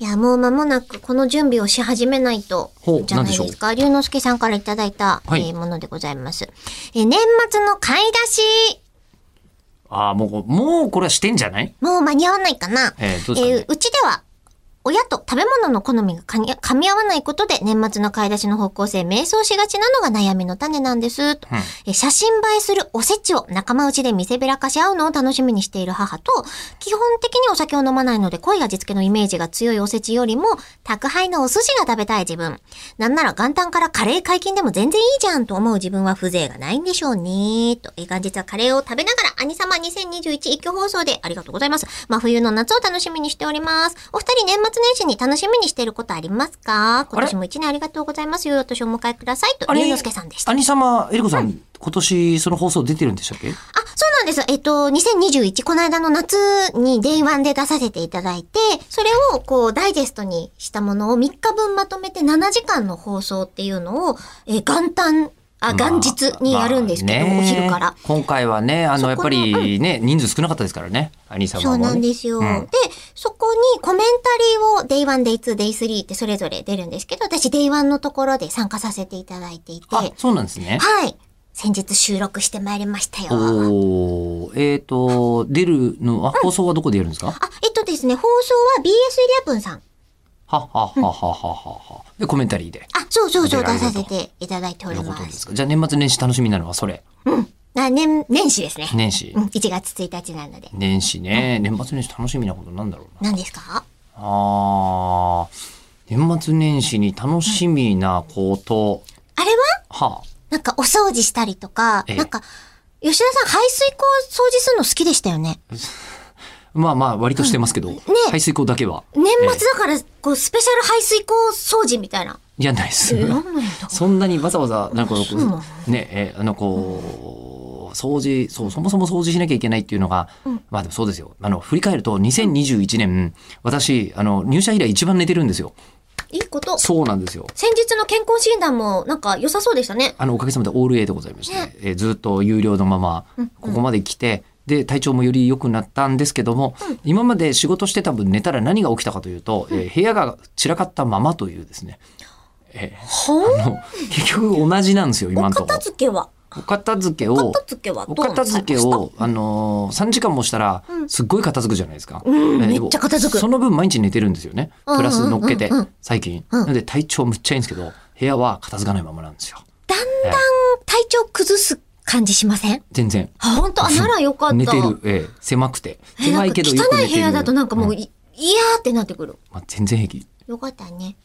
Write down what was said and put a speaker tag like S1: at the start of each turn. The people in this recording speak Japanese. S1: いや、もう間もなくこの準備をし始めないと
S2: ほう、
S1: じゃない
S2: なん
S1: で
S2: でし
S1: すか。龍之介さんからいただいた、
S2: はい
S1: えーものでございます。えー年末の買い出し、
S2: ああ、もう、もうこれはしてんじゃない
S1: もう間に合わないかな。
S2: えーどうですかね
S1: ーうちでは、親と食べ物の好みがかに噛み合わないことで年末の買い出しの方向性迷走しがちなのが悩みの種なんです。と
S2: うん
S1: えー写真映えするおせちを仲間内で見せびらかし合うのを楽しみにしている母と、基本的にお酒を飲まないので濃い味付けのイメージが強いおせちよりも、宅配のお寿司が食べたい自分。なんなら元旦からカレー解禁でも全然いいじゃんと思う自分は風情がないんでしょうね。と、えー元日はカレーを食べながら、兄様2021一挙放送でありがとうございます。真冬の夏を楽しみにしております。お二人年末年始に楽しみにしていることありますか今年も一年ありがとうございます。よいお年をお迎えください。と、
S2: あれ
S1: 龍之介さんでした。
S2: 兄様、えりこさん、今年その放送出てるんでしたっけ
S1: あ、そうなんです。えっと、2021、この間の夏に Day1 で出させていただいて、それをこう、ダイジェストにしたものを3日分まとめて7時間の放送っていうのを、えー元旦、あ、
S2: まあ
S1: 元日にやるんですけど、
S2: まあね
S1: お昼から。
S2: 今回はね、あ
S1: そこの
S2: の、やっぱりね、人数少なかったですからね、兄様も、ね。
S1: そうなんですよ。
S2: うん
S1: で、そこにコメンタリーを Day1、Day2、Day3 ってそれぞれ出るんですけど、私 Day1 のところで参加させていただいていて、
S2: あ
S1: は、
S2: そうなんですね。
S1: い。先日収録してまいりましたよ。
S2: おーえっ、と、出るの、あ、放送はどこでやるんですか、
S1: あ、えっとですね、放送は BS イレブンさん。
S2: ははははははは。で、コメンタリーで。
S1: あ、そうそうそう、
S2: 出ら
S1: 出
S2: れると
S1: させていただいてお
S2: とい
S1: り
S2: うこ
S1: ま。
S2: とですすか。じゃあ年末年始楽しみなのはそれ。
S1: あ年、年始ですね。
S2: 年始
S1: う。ん、1月1日なので。
S2: 年始ね。年末年始楽しみなことなんだろうな。
S1: 何ですか
S2: あー年末年始に楽しみなこと。
S1: あれは
S2: は
S1: なんかお掃除したりとか、
S2: ええ
S1: なんか、吉田さん排水溝掃除するの好きでしたよね。
S2: あ、まあまあ、割としてますけど。排水口だけは。
S1: 年末だから、こう、スペシャル排水溝掃除みたいな。
S2: いや、ないです。
S1: 何なんだ
S2: そんなにわざわざ、なんかこ
S1: そうなの
S2: う、ね、え、あの、こう、掃除、そう、そもそも掃除しなきゃいけないっていうのが、まあでもそうですよ。あの、振り返ると、2021年、私、あの、入社以来一番寝てるんですよ。
S1: いいこと。
S2: そうなんですよ。
S1: 先日の健康診断も、なんか良さそうでしたね。
S2: あの、おかげさまでオール A でございまして、えーずっと有料のまま、ここまで来て、で、体調もより良くなったんですけども、今まで仕事してた分寝たら何が起きたかというと、えー部屋が散らかったままというですね、
S1: ほん
S2: あの結局同じなんですよ、今
S1: お
S2: のとこ
S1: 片
S2: ろ。
S1: 付けは
S2: お片付け
S1: お
S2: を、
S1: 片付けはど
S2: お
S1: うな
S2: 片付け
S1: されまし
S2: を、あのー、3時間もしたら、すっごい片付くじゃないです
S1: ん
S2: か。えー
S1: めっちゃ片付く
S2: その分毎日寝てるんですよね。プラス乗っけて
S1: うんうんうんうん、
S2: 最近。
S1: うん
S2: なので体調むっちゃいいんですけど、部屋は片付かないままなんですよ。
S1: ただん
S2: え
S1: だ
S2: ー
S1: ん体調崩す感じしません
S2: 全然。
S1: あ、本当あ、ならよかった。
S2: 寝てる、ええ、狭くて
S1: え
S2: 狭いけど
S1: な
S2: よ
S1: ん
S2: く
S1: か汚
S2: 寝
S1: い
S2: て
S1: 部
S2: る
S1: 屋だとなんかもう
S2: うん
S1: い、いやーってなってくる。
S2: まあ、全然平気
S1: よかったね。